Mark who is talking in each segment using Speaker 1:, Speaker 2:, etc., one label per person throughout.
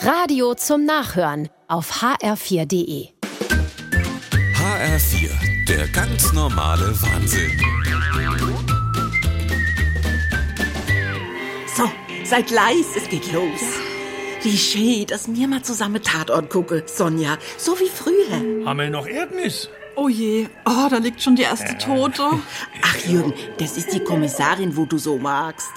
Speaker 1: Radio zum Nachhören auf hr4.de.
Speaker 2: HR4, der ganz normale Wahnsinn.
Speaker 3: So, seid leis, es geht los. Wie schön, dass mir mal zusammen Tatort gucke, Sonja. So wie früher.
Speaker 4: Haben wir noch Erdnüsse?
Speaker 5: Oh je, oh, da liegt schon die erste Tote.
Speaker 3: Ach, Jürgen, das ist die Kommissarin, wo du so magst.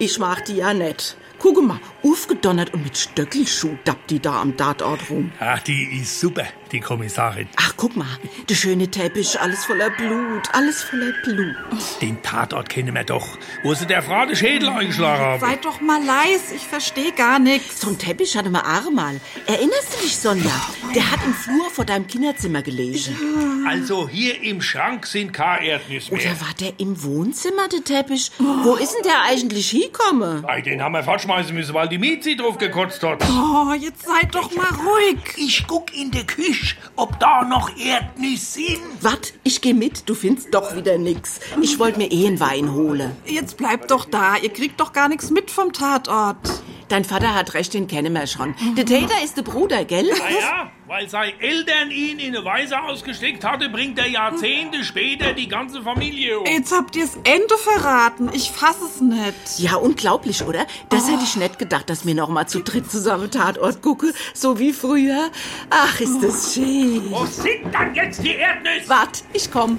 Speaker 3: Ich mag die ja nicht. Gucke mal, aufgedonnert und mit Stöckelschuh dappt die da am Tatort rum.
Speaker 4: Ach, Ah, die ist super, die Kommissarin.
Speaker 3: Ach, guck mal, der schöne Teppich, alles voller Blut, alles voller Blut.
Speaker 4: Den Tatort kennen wir doch, wo sie der Frau den Schädel eingeschlagen haben.
Speaker 5: Seid doch mal leis, ich verstehe gar nichts.
Speaker 3: So ein Teppich hatte wir auch mal. Erinnerst du dich, Sonja? Der hat im Flur vor deinem Kinderzimmer gelegen.
Speaker 4: Also hier im Schrank sind keine Erdnüsse mehr.
Speaker 3: Oder war der im Wohnzimmer, der Teppich? Wo ist denn der eigentlich hinkomme?
Speaker 4: Ei, den haben wir fortschmeißen müssen, weil die Miezi drauf gekotzt hat.
Speaker 5: Oh, jetzt seid doch mal ruhig.
Speaker 4: Ich guck in der Küche, ob da noch Erdnüsse sind.
Speaker 3: Wat? Ich geh mit, du findest doch wieder nix. Ich wollt mir eh einen Wein hole.
Speaker 5: Jetzt bleibt doch da, ihr kriegt doch gar nichts mit vom Tatort.
Speaker 3: Dein Vater hat recht, den kennen wir schon. Der Täter ist der Bruder, gell?
Speaker 4: Ah ja, weil seine Eltern ihn in eine Weise ausgesteckt hatte, bringt er Jahrzehnte später die ganze Familie um.
Speaker 5: Jetzt habt ihr's Ende verraten, ich fass es nicht.
Speaker 3: Ja, unglaublich, oder? Das hätte ich nicht gedacht, dass wir noch mal zu dritt zusammen Tatort gucke, so wie früher. Ach, ist das schön.
Speaker 4: Wo sind dann jetzt die Erdnüsse?
Speaker 3: Wart, ich komm.